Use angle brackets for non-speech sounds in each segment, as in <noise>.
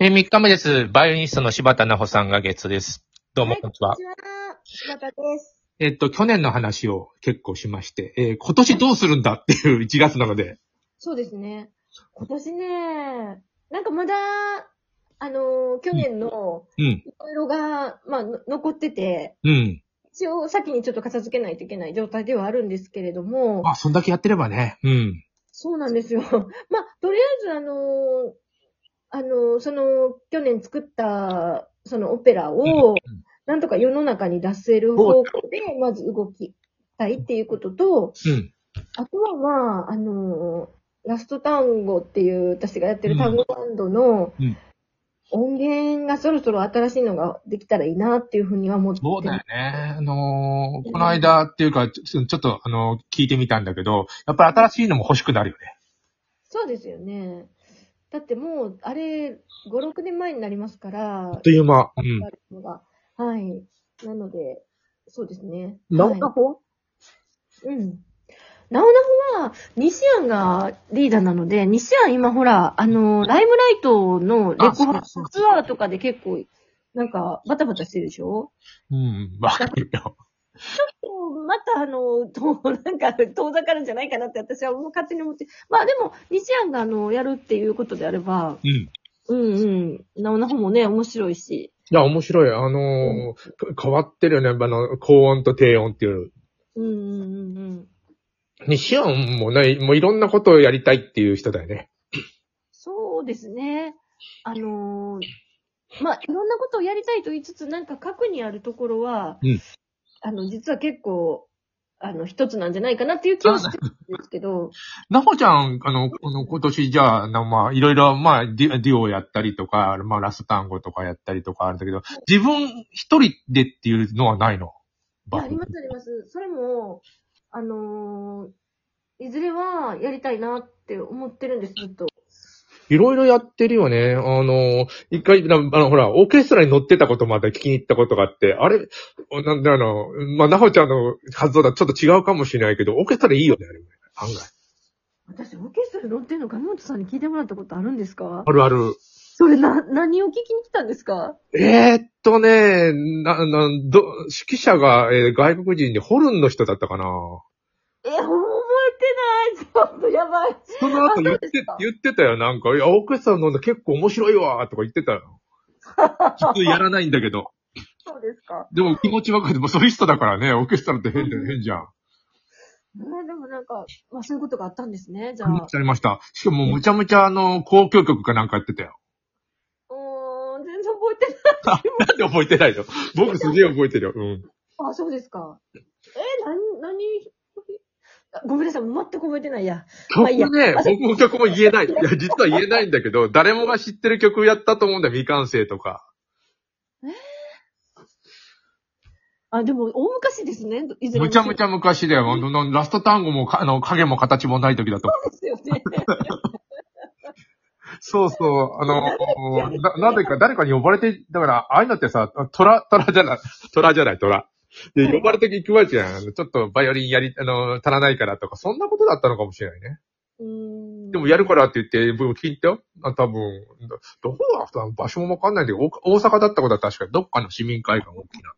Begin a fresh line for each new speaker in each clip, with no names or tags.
えー、3日目です。バイオリニストの柴田奈穂さんがゲストです。どうも、
はい
こんにちは
こん。にちは。柴田です。
えっと、去年の話を結構しまして、えー今年どうするんだっていう1月なので、
そうですね。今年ね、なんかまだ、あのー去年の、
うん、
いろいろが、まあ、の残ってて、
うん。
一応先にちょっと片付けないといけない状態ではあるんですけれども、
まあ、そんだけやってればね、うん。
そうなんですよ。 <laughs> まあ、とりあえず、あのーあのーその、去年作った、そのオペラを、なんとか世の中に出せる方向で、まず動きたいっていうことと、
うん。
あとはまあ、あのーラスト単語っていう、私がやってる単語バンドの
うん、
音源がそろそろ新しいのができたらいいなっていうふうには思って。
そうだよね。あのーこの間っていうか、ちょちょっと、あのー聞いてみたんだけど、やっぱり新しいのも欲しくなるよね。
そうですよね。だってもう、あれ、5、6年前になりますから、
という間。うん。
あるのが。はい。なので、そうですね。
なお
はい
なほ
うん。なおなほは、西安がリーダーなので、西安今ほら、あの、ライムライトのレコ
あそうそうそう
ツアーとかで結構、なんか、バタバタしてるでしょ
うん、わかるよ。
またあの、と <laughs> なんか、遠ざかるんじゃないかなって私はもう勝手に思って。まあでも、西安があの、やるっていうことであれば、
うん。
うんうん、なおなほもね、面白いし。
いや、面白い。あのー変わってるよね。あの、高音と低音っていう。
うんうんうんうん。
西ンもね、もういろんなことをやりたいっていう人だよね。
そうですね。あのーまあ、いろんなことをやりたいと言いつつ、なんか核にあるところは、
うん
あの、実は結構、あの、一つなんじゃないかなっていう気はしてるんですけど、
なほちゃん、あの、この今年じゃあ、なまあ、いろいろ、まあデュ、デュオやったりとか、まあ、ラス単語とかやったりとかあるんだけど、自分一人でっていうのはないの
いやありますあります。それも、あのーいずれはやりたいなって思ってるんです、ずっと。
いろいろやってるよね。あの、一回、なあの、ほら、オーケストラに乗ってたことまで聞きに行ったことがあって、あれ、なんであの、まあ、なほちゃんの活動だとちょっと違うかもしれないけど、オーケストラいいよね、あれ。案外。
私、オーケストラ乗ってるの、神本さんに聞いてもらったことあるんですか
あるある。
それな、何を聞きに来たんですか
えー、っとね、な、な、ど、指揮者が、えー外国人でホルンの人だったかな。
え、覚えてないちょっとやばい。
その後言っ
あそうで
て
すか、
言ってたよ、なんか。いや、オーケストラの音結構面白いわーとか言ってたよ。普通やらないんだけど。
そうですか。
でも気持ちわかる。もうソリストだからね、オーケストラって変だよ、変じゃん。
ねえ、でもなんか、まあそういうことがあったんですね、じゃ
気持
あ。
ちありました。しかもむちゃむちゃあの、公共曲かなんかやってたよ。
うーん、全然覚えて
なんで覚えてないの僕すげえ覚えてるよ。うん。
ない。あ、そうですか。えー、なに、なに、ごめんなさい、全く覚えてないや。まあいいや
曲ね、僕も曲も言えない。いや、実は言えないんだけど、誰もが知ってる曲やったと思うんだよ、未完成とか。
あ、でも、大昔ですね、いずれ
むちゃむち
ゃ。
ゃ昔だよ。あのラスト単語もか、あの、影も形もない時だと。
そうですよね。
そうそう。あの、な、なぜか誰かに呼ばれて、だから、ああいうのってさ、トラ、トラじゃない、トラじゃない、トラ。で、呼ばれて行くわけじゃんあの。ちょっとバイオリンやり、あの、足らないからとか、そんなことだったのかもしれないね。
うーん。
でもやるからって言って、僕聞いたよ。あ多分、どこだったの場所もわかんないんだけど、お大阪だったことは確かどっかの市民会館大きな。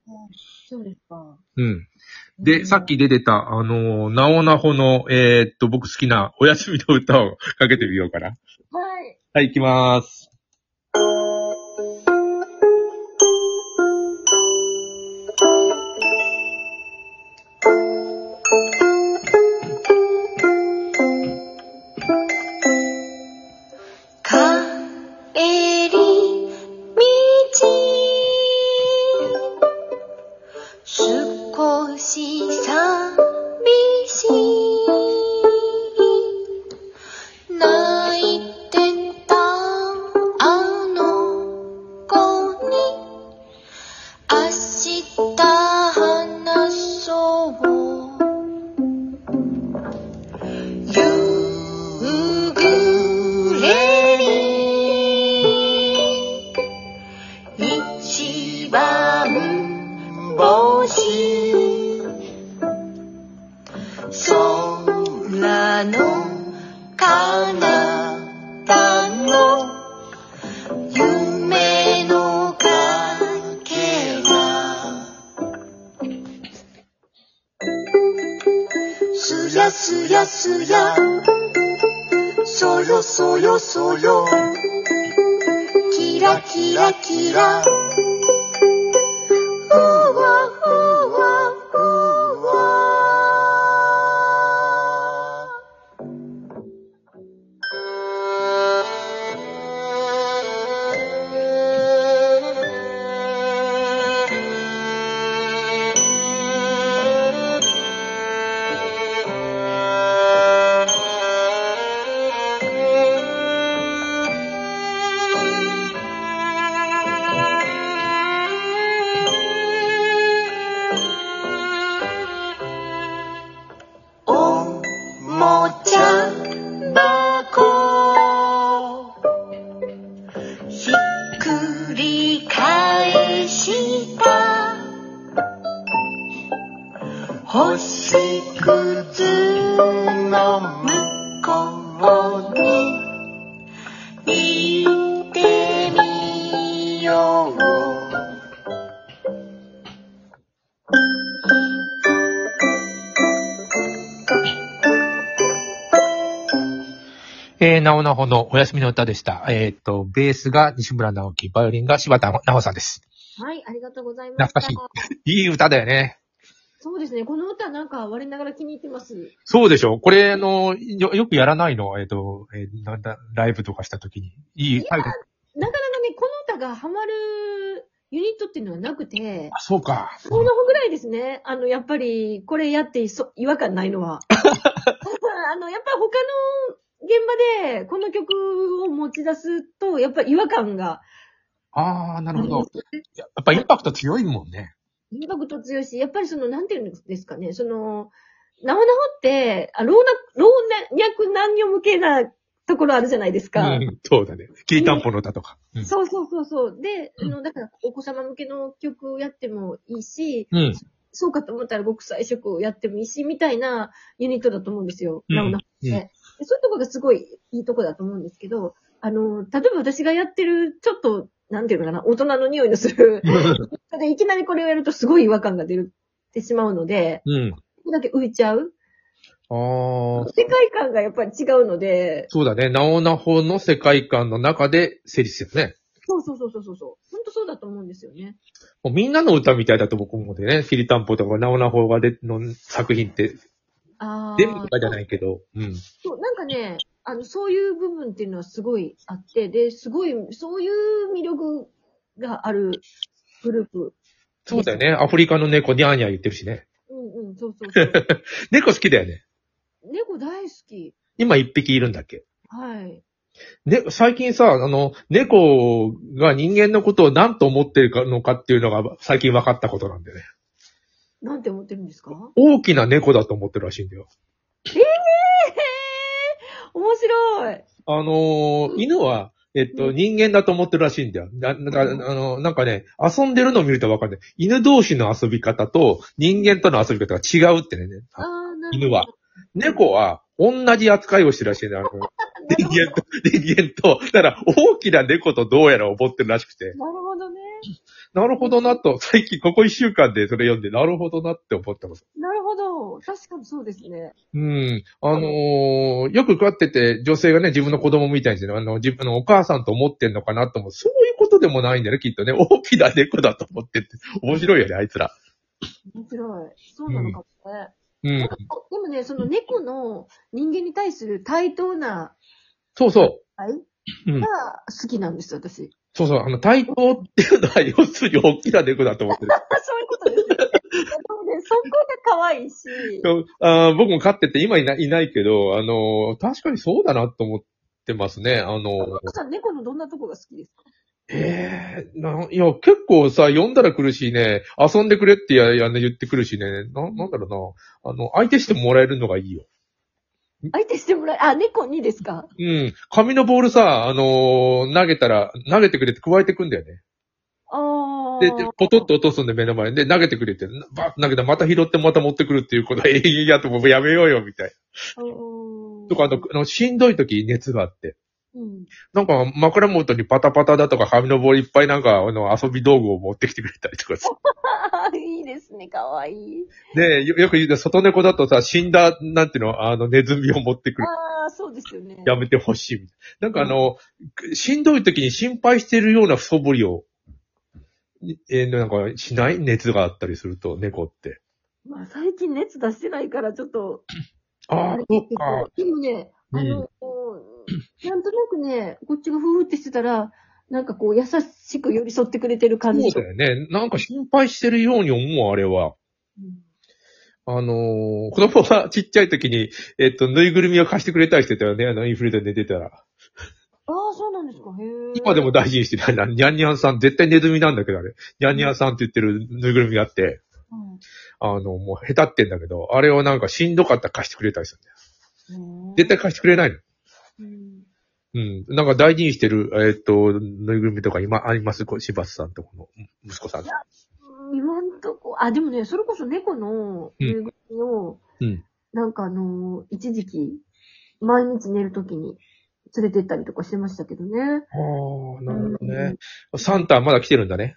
そうですか。
うん。で、さっ
うん。
き出てた、あのー、なおなほの、えーっと、僕好きな、おやすみの歌をかけてみようかな。
はい。
はい、行きまーす。
帰り道少し寂しい泣いてたそよそよキラキラキラうわうわうわおもちゃ箱ひっくり返した星屑の向こうに行ってみよう
えー、なおなほのお休みの歌でした。えーっ、と、ベースが西村直樹、バイオリンが柴田なほさんです。
はい、ありがとうございま
懐
した。
かしいいい歌だよね。
そうですね、この歌なんか我ながら気に入ってます。
そうでしょこれ、あの、よ、よくやらないのえーっ、と、えーなんだ、ライブとかした時に。いい、最後
なかなかね、この歌がハマるユニットっていうのはなく
<laughs>
て、
あ、そうか。
このぐらいですね。あの、やっぱり、これやってそ違和感ない
<laughs>
のは。あの、やっぱ他の現場でこの曲を持ち出すと、やっぱ違和感が、
あー、なるほ
う
ど。やっぱインパクト強いもんね。
インパクト強いし、やっぱりその、なんていうんですかね、その、なおなおって、あ老若老若男女向けなところあるじゃないです
う
か。
ん、そうだね。きりたんぽの歌とか。うん。
そうそうそうそう。で、あの、だから、お子様向けの曲をやってもいいし、
<laughs> うん。
そうかと思ったら極彩色をやってもいいし、みたいなユニットだと思うんですよ。
うん
なおなおって、
うん
でそういうところがすごいいいとこだと思うんですけど、あの、例えば私がやってる、ちょっと、なんていうのかな、大人の匂いのする、でいきなりこれをやるとすごい違和感が出る。ってしまうので、
うん。
ここだけ浮いちゃう
あー。
世界観がやっぱり違うので、
そうだね。なおなほの世界観の中で成立してるね。
そうそうそうそうそうそう。本当そうだと思うんですよね。
もうみんなの歌みたいだと僕思うんでね。きりたんぽとかなおなほがで、の作品って
ああ。
全部とかじゃないけど、うん。
そう、なんかね、あの、そういう部分っていうのはすごいあって、で、すごい、そういう魅力があるグループ。
そうだよね。アフリカの猫ニャーニャー言ってるしね。
うんうん、そう
<laughs>
そうそう。
猫好きだよね。
猫大好き。
今一匹いるんだっけ。
はい。
ね、最近さ、あの、猫が人間のことを何と思ってるかのかっていうのが最近分かったことなんだよね。
なんて思ってるんですか面
大きな猫だと思ってるらしいんだよ。
白い。
あのー犬は、えっと、
うん
人間だと思ってるらしいんだよ。な、なんか、あの、なんかね、遊んでるのを見ると分かるね。犬同士の遊び方と人間との遊び方が違うってね。
ああ、なるほど。
犬は。猫は同じ扱いをしてるらしいんだよ。あの
<laughs> なる
人
ほど。
間と、人間と、だから大きな猫とどうやら思ってるらしくて、
なるほどね。
なるほどなと、最近ここ一週間でそれ読んで、なるほどなって思ったこと。
なるほど。確かにそうですね。
うん。あのーよく飼ってて、女性がね、自分の子供みたいにしてね、あの、自分のお母さんと思ってんのかなと思う。そういうことでもないんだよね、きっとね。大きな猫だと思ってって。面白いよね、あいつら。
面白い。そうなのかもね。
うん。
でもね、その猫の人間に対する対等な
そうそう。
愛
うん
が好きなんです、私。
そうそう。あの、対等っていうのは、要するに大きな猫だと思ってる。
<laughs> そういうことですね。なのでそこが可愛いし。
<laughs> そうあー僕も飼ってて、今いないいないけど、あのー確かにそうだなと思ってますね。あのー
おさん、猫のどんなとこが好きですか
ええないや、結構さ、呼んだら来るしね、遊んでくれってや、やね、言ってくるしね、な、なんだろうな、あの、相手してもらえるのがいいよ。
相手してもらえ、あ、猫にですか
うん。紙のボールさ、あのー投げたら、投げてくれって加えてくんだよね。
ああ。
で、でポトッと落とすんで目の前で、投げてくれって、なバッと投げたらまた拾ってまた持ってくる <laughs> っていうことは永遠やともうやめようよ、みたいな。
うん
とか、あの、あのしんどい時、熱があって。
うん。
なんか枕元にパタパタだとか髪の棒いっぱいなんか、あの、遊び道具を持ってきてくれたりとかす
ああ、いいですね、かわいい。
る。ねよよく言う、外猫だとさ、死んだ、なんていうの、あの、ネズミを持ってくる。
ああ、そうですよね。
やめてほしいみたいな。なんかあの、しんどい時に心配してるような素振りを、えーなんかしない熱があったりすると、猫って。
まあ、最近熱出してないから、ちょっと、
ああ、
れ
そ
で
っ
すけど
か。
でもね、あの、なんとなくね、こっちがふーってしてたら、なんかこう、優しく寄り添ってくれてる感
そう
じ。
だよね。なんか心配してるように思う、あれは。
うん
あのー子供がちっちゃい時に、えっと、ぬいぐるみを貸してくれたりしてたよね。あの、インフルエンザで寝てたら。
ああ、そうなんですか。へえ。
今でも大事にしてた。なニャンニャンさん、絶対ネズミなんだけど、あれ。ニャンニャンさんって言ってるぬいぐるみがあって、
うん。
あの、もう下手ってんだけど、あれをなんかしんどかったら貸してくれたりするんだよ。
うん
絶対貸してくれないの。
うん
うん。なんか大事にしてる、えっと、ぬいぐるみとか今ありますこう、柴田さんとこの息子さん。
今んとこ、あ、でもね、それこそ猫のぬいぐるみを、
うん
なんかあのー一時期、毎日寝るときに連れてったりとかしてましたけどね。
ああ、なるほど
う
ね
ん。
サンタまだ来てるんだね。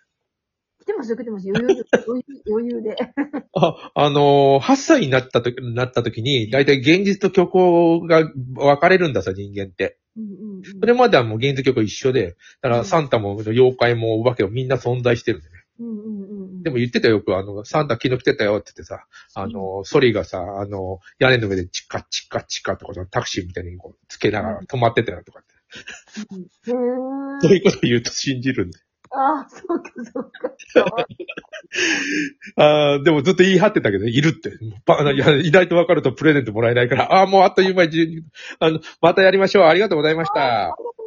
来てますよ、来てますよ。余裕で、余裕余裕で。 <laughs>
あ、あのー、8歳になったとき、なったときに、だいたい現実と虚構が分かれるんださ、人間って。
うんうんうん
それまではもう現実と虚構一緒で、だからサンタも妖怪もお化けもみんな存在してるんだよね。
うんうんうんうん
でも言ってたよ、よく、あの、サンタ昨日来てたよって言ってさ、あのー、ソリがさ、あのー、屋根の上でチカチカチカとか、タクシーみたいにこう、つけながら止まってたよとかって。
うん
そうい
へえ。
うこと言うと信じるんで。
ああ、そうか、そうか。かわいい。
ああ、でもずっと言い張ってたけど、いるって。ばいやいないと分かるとプレゼントもらえないから、ああ、もうあっという間に、あの、またやりましょう。ありがとうございました。
ありがとう